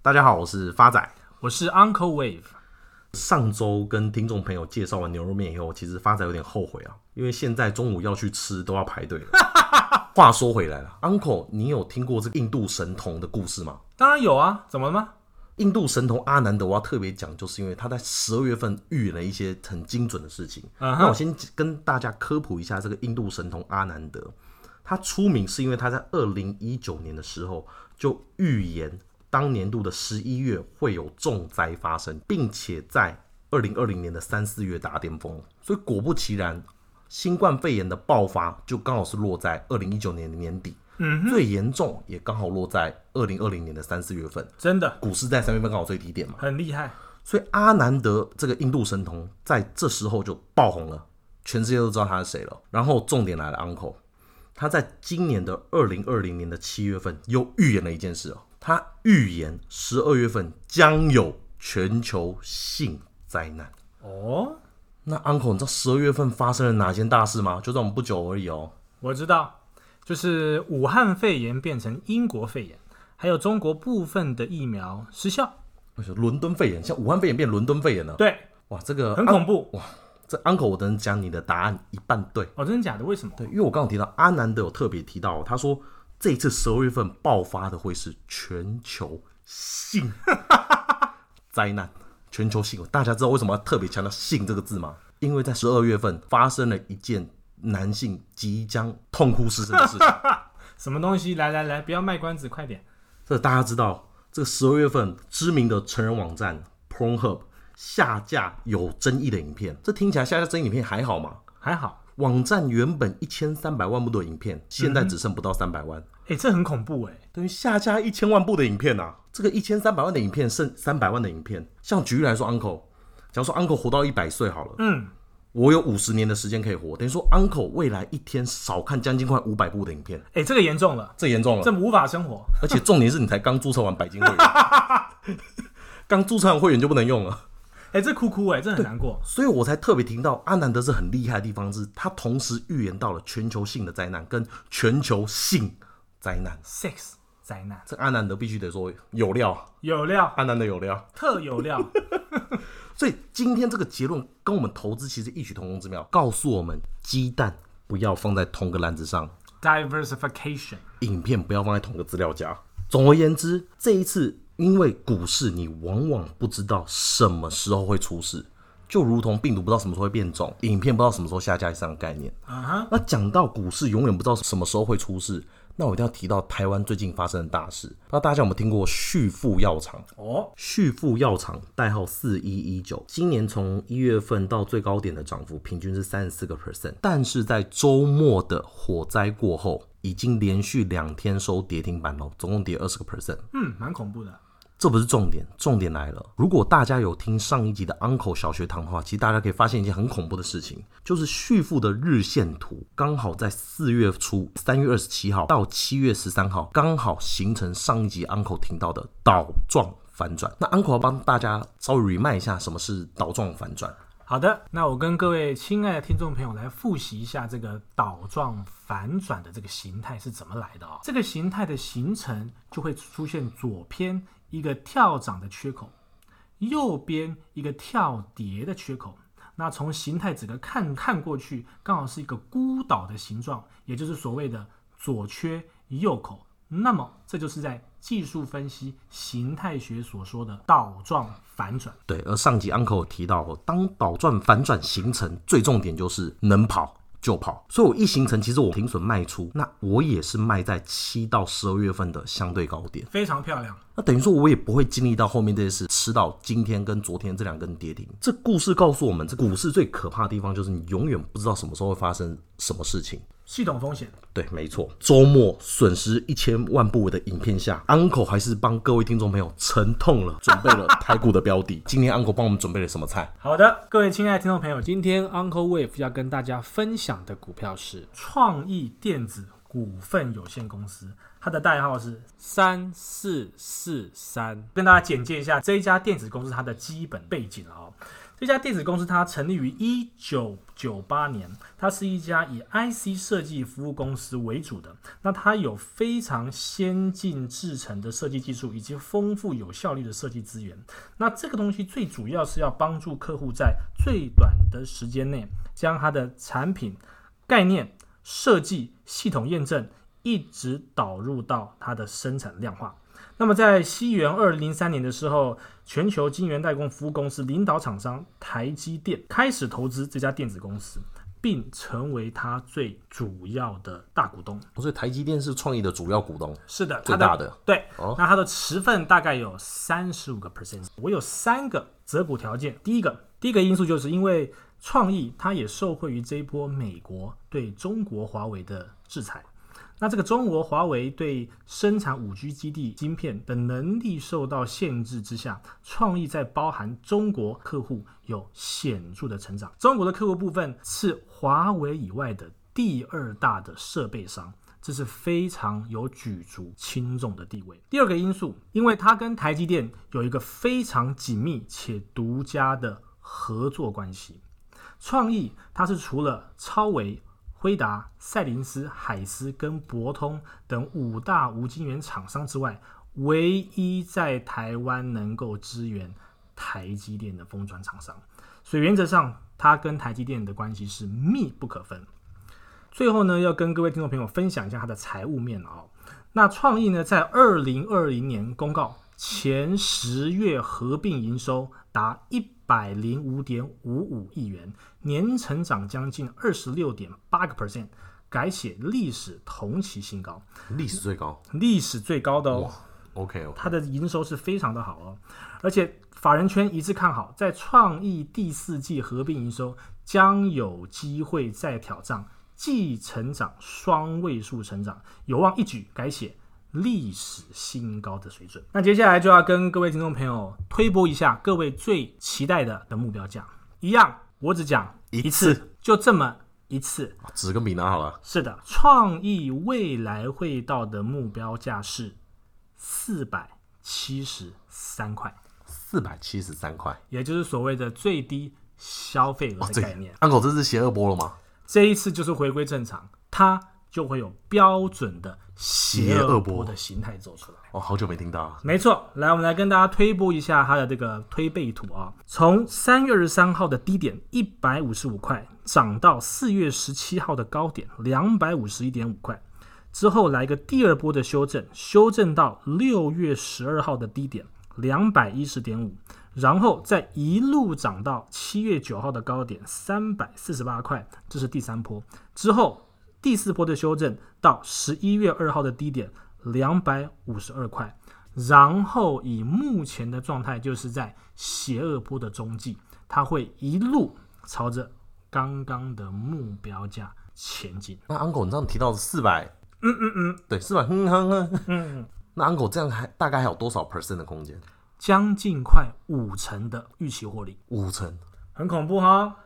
大家好，我是发仔。我是 Uncle Wave，上周跟听众朋友介绍完牛肉面以后，其实发仔有点后悔啊，因为现在中午要去吃都要排队了。 话说回来了，Uncle，你有听过这个印度神童的故事吗？当然有啊，怎么了吗？印度神童阿南德，我要特别讲，就是因为他在十二月份预言了一些很精准的事情。嗯哼那我先跟大家科普一下这个印度神童阿南德，他出名是因为他在二零一九年的时候就预言当年度的十一月会有重灾发生，并且在二零二零年的三四月达巅峰，所以果不其然，新冠肺炎的爆发就刚好是落在二零一九年的年底。嗯，最严重也刚好落在二零二零年的三四月份，真的股市在三月份刚好最低点嘛，很厉害，所以阿南德这个印度神童在这时候就爆红了，全世界都知道他是谁了。然后重点来了，Uncle，他在今年的二零二零年的七月份又预言了一件事哦，他预言十二月份将有全球性灾难。哦，那 Uncle，你知道十二月份发生了哪件大事吗？就在我们不久而已哦。我知道，就是武汉肺炎变成英国肺炎，还有中国部分的疫苗失效，哎呦伦敦肺炎，像武汉肺炎变伦敦肺炎了。对，哇，这个很 Un- 恐怖哇，这 Uncle 我只能讲你的答案一半对。哦，真的假的？为什么？对，因为我刚刚提到阿南德有特别提到，他说这一次十二月份爆发的会是全球性灾难，全球性。大家知道为什么要特别强调“性”这个字吗？因为在十二月份发生了一件男性即将痛哭失声的事情。什么东西？来来来，不要卖关子，快点！这大家知道，这个十二月份知名的成人网站 Pornhub 下架有争议的影片，这听起来下架争议影片还好嘛？还好，网站原本一千三百万部的影片，现在只剩不到三百万。哎、这很恐怖哎、等于下架一千万部的影片啊，这个一千三百万的影片剩三百万的影片。像举例来说，Uncle，假如说 Uncle 活到一百岁好了，嗯，我有五十年的时间可以活，等于说 Uncle 未来一天少看将近快五百部的影片，哎、这个严重了，这严重这了。无法生活。而且重点是你才刚注册完白金会员，刚注册完会员就不能用了，哎、这哭哭哎、这很难过。所以我才特别提到阿南德是很厉害的地方是，他同时预言到了全球性的灾难跟全球性灾难。 Sex 灾难，这阿南德必须得说有料，有料，阿南德有料。特有料。所以今天这个结论跟我们投资其实异曲同工之妙，告诉我们鸡蛋不要放在同个篮子上， Diversification，影片不要放在同个资料夹。总而言之，这一次因为股市，你往往不知道什么时候会出事，就如同病毒不知道什么时候会变种，影片不知道什么时候下架以上的概念。啊哈，那讲到股市，永远不知道什么时候会出事。那我一定要提到台湾最近发生的大事。那大家有没有听过旭富药厂？哦，旭富药厂代号四一一九，今年从一月份到最高点的涨幅平均是三十四个 percent，但是在周末的火灾过后，已经连续两天收跌停板喽，总共跌二十个 percent。嗯，蛮恐怖的。这不是重点，重点来了。如果大家有听上一集的 Uncle 小学堂的话，其实大家可以发现一件很恐怖的事情，就是旭富的日线图刚好在四月初，三月二十七号到七月十三号，刚好形成上一集 Uncle 听到的倒状反转。那 Uncle 要帮大家稍微 remind 一下什么是倒状反转。好的，那我跟各位亲爱的听众朋友来复习一下这个倒状反转的这个形态是怎么来的哦。这个形态的形成就会出现左边一个跳涨的缺口，右边一个跳跌的缺口。那从形态整个看看过去，刚好是一个孤岛的形状，也就是所谓的左缺右口。那么这就是在技术分析形态学所说的倒状反转。对，而上集 Uncle 有提到哦，当倒转反转形成，最重点就是能跑就跑。所以我一形成，其实我停损卖出，那我也是卖在七到十二月份的相对高点。非常漂亮，那等于说我也不会经历到后面这些事，吃到今天跟昨天这两根跌停。这故事告诉我们，这股市最可怕的地方就是你永远不知道什么时候会发生什么事情。系统风险。对，没错。周末损失一千万部的影片下，Uncle 还是帮各位听众朋友沉痛了，准备了 台股的标的。今天 Uncle 帮我们准备了什么菜？好的，各位亲爱的听众朋友，今天 Uncle Wave 要跟大家分享的股票是创意电子股份有限公司，它的代号是三四四三，跟大家简介一下这一家电子公司它的基本背景了哦。这家电子公司它成立于一九九八年，它是一家以 IC 设计服务公司为主的。那它有非常先进制成的设计技术，以及丰富有效率的设计资源。那这个东西最主要是要帮助客户在最短的时间内，将它的产品概念、设计、系统验证，一直导入到它的生产量化。那么在西元二零零三年的时候，全球晶圆代工服务公司领导厂商台积电开始投资这家电子公司，并成为它最主要的大股东。所以台积电是创意的主要股东，是的，最它的大的对，哦那它的持份大概有三十五个 percent。我有三个择股条件，第一个，第一个因素就是因为创意它也受惠于这一波美国对中国华为的制裁。那这个中国华为对生产五 G 基地晶片的能力受到限制之下，创意在包含中国客户有显著的成长。中国的客户部分是华为以外的第二大的设备商。这是非常有举足轻重的地位。第二个因素，因为它跟台积电有一个非常紧密且独家的合作关系。创意它是除了超维、辉达、赛灵思、海思跟博通等五大无晶圆厂商之外，唯一在台湾能够支援台积电的封装厂商，所以原则上它跟台积电的关系是密不可分。最后呢，要跟各位听众朋友分享一下它的财务面哦。那创意呢，在二零二零年公告前十月合并营收达一百零五点五五亿元，年成长将近二十六点八个 percent，改写历史同期新高，历史最高。历史最高的哦。 OK 哦，它的营收是非常的好哦，而且法人圈一致看好，在创意第四季合并营收将有机会再挑战季成长双位数成长，有望一举改写历史新高的水准。那接下来就要跟各位听众朋友推播一下各位最期待的的目标价，一样，我只讲一次，次就这么一次。纸跟笔拿啊好了，是的，创意未来会到的目标价是四百七十三块，四百七十三块。也就是所谓的最低消费额哦，的这概念。安狗这是邪恶波了吗？这一次就是回归正常，它就会有标准的邪恶波的形态走出来。哦，好久没听到了。没错，来，我们来跟大家推播一下它的这个推背图啊。从三月二十三号的低点一百五十五块，涨到四月十七号的高点两百五十一点五块，之后来个第二波的修正，修正到六月十二号的低点两百一十点五，然后再一路涨到七月九号的高点三百四十八块，这是第三波。之后第四波的修正到十一月二号的低点两百五十二块，然后以目前的状态，就是在邪恶波的中继，它会一路朝着刚刚的目标价前进。那安狗，你这样提到四百，嗯嗯嗯，对，四百，嗯哼哼，嗯。那安狗这样还大概还有多少 percent 的空间？将近快五成的预期获利，五成。很恐怖哈、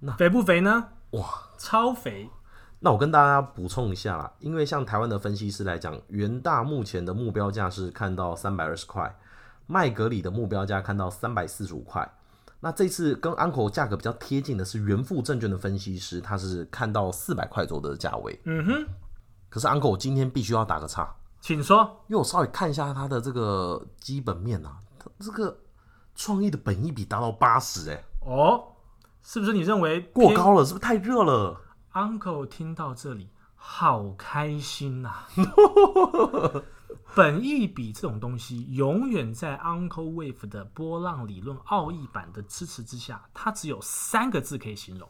哦。肥不肥呢？哇，超肥，那我跟大家补充一下啦，因为像台湾的分析师来讲，元大目前的目标价是看到三百二十块，麦格里的目标价看到三百四十五块。那这次跟 Uncle 价格比较贴近的是元富证券的分析师，他是看到四百块左右的价位。嗯哼。可是 Uncle 我今天必须要打个岔，请说。因为我稍微看一下它的这个基本面啊，它这个创意的本益比达到八十，哎，哦，是不是你认为过偏高了，是不是太热了？ Uncle 听到这里，好开心呐、本益比这种东西，永远在 Uncle Wave 的波浪理论奥义版的支持之下，它只有三个字可以形容：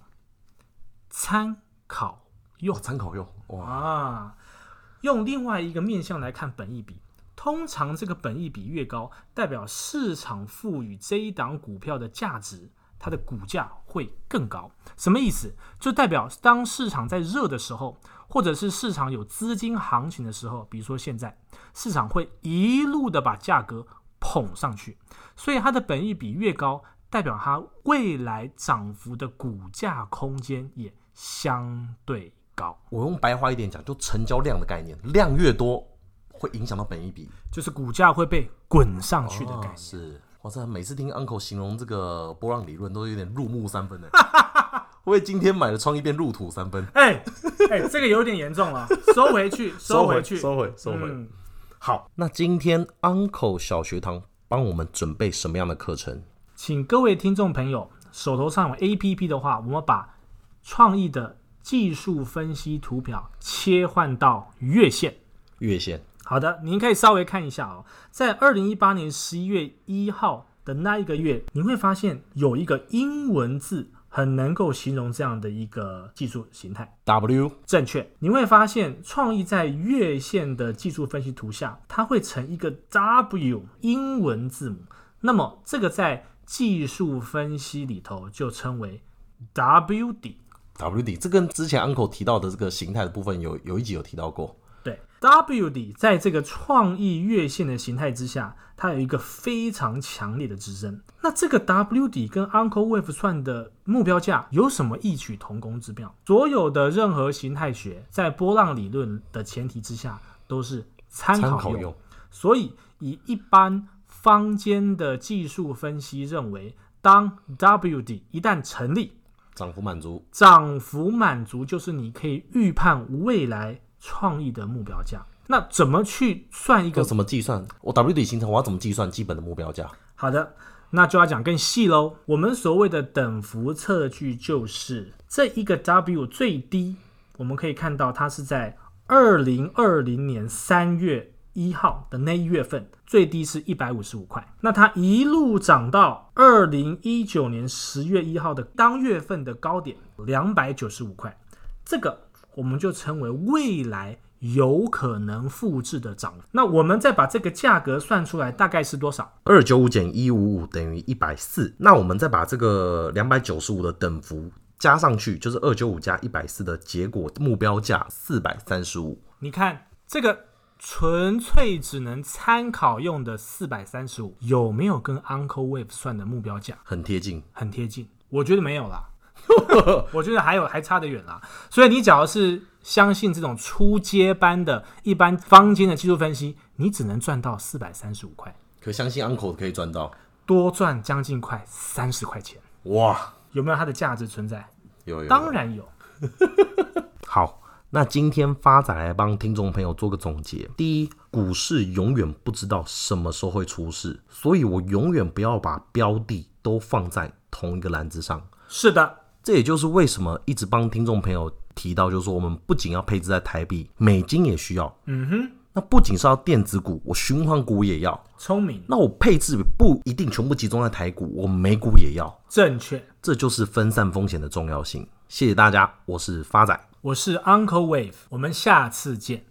参考用哦，参考用哇，啊。用另外一个面向来看本益比，通常这个本益比越高，代表市场赋予这一档股票的价值，它的股价会更高。什么意思？就代表当市场在热的时候，或者是市场有资金行情的时候，比如说现在，市场会一路的把价格捧上去，所以它的本益比越高，代表它未来涨幅的股价空间也相对高。我用白话一点讲，就成交量的概念，量越多，会影响到本一笔。就是股价会被滚上去的哦概念。是，哇塞！每次听 Uncle 形容这个波浪理论，都有点入木三 分呢。我也今天买了创意变入土三分，哎哎、这个有点 严重了，收回去，回去，收回，收回。嗯，好，那今天 Uncle 小学堂帮我们准备什么样的课程？请各位听众朋友，手头上有 APP 的话，我们把创意的技术分析图表切换到月线。月线好的，您可以稍微看一下哦，在二零一八年十一月一号的那一个月，你会发现有一个英文字很能够形容这样的一个技术形态。 W 正确，你会发现创意在月线的技术分析图下，它会成一个 W 英文字母。那么这个在技术分析里头就称为 WD。 W D，这跟之前 Uncle 提到的这个形态的部分有有一集有提到过。对，WD 在这个创意月线的形态之下，它有一个非常强烈的支撑。那这个 WD 跟 Uncle Wave 算的目标价有什么异曲同工之妙？所有的任何形态学在波浪理论的前提之下都是参参考考用，用所以以一般坊间的技术分析认为，当 WD 一旦成立，涨幅满足，涨幅满足就是你可以预判未来创意的目标价。那怎么去算一要个？怎么计算？我 W D 形成，我要怎么计算基本的目标价？好的，那就要讲更细喽。我们所谓的等幅测距，就是这一个 W 最低，我们可以看到它是在二零二零年三月一号的那一月份，最低是一百五十五块。那它一路涨到二零一九年十月一号的当月份的高点两百九十五块。这个我们就称为未来有可能复制的涨幅。那我们再把这个价格算出来，大概是多少？二九五减一五五等于一百四，那我们再把这个两百九十五的等幅加上去，就是二九五加一百四的结果目标价四百三十五。你看这个纯粹只能参考用的四百三十五，有没有跟 Uncle Wave 算的目标价很贴近，很贴近？我觉得没有啦，我觉得还有还差得远啦。所以你只要是相信这种初阶班的、一般坊间的技术分析，你只能赚到四百三十五块，可相信 uncle 可以赚到，多赚将近快三十块钱，哇，有没有它的价值存在？有有当然有。好。那今天发仔来帮听众朋友做个总结。第一，股市永远不知道什么时候会出事，所以我永远不要把标的都放在同一个篮子上。是的，这也就是为什么一直帮听众朋友提到，就是说我们不仅要配置在台币、美金也需要，嗯哼，那不仅是要电子股，我循环股也要，聪明、那我配置不一定全部集中在台股，我美股也要，正确。这就是分散风险的重要性。谢谢大家，我是发仔。我是 Uncle Wave，我们下次见。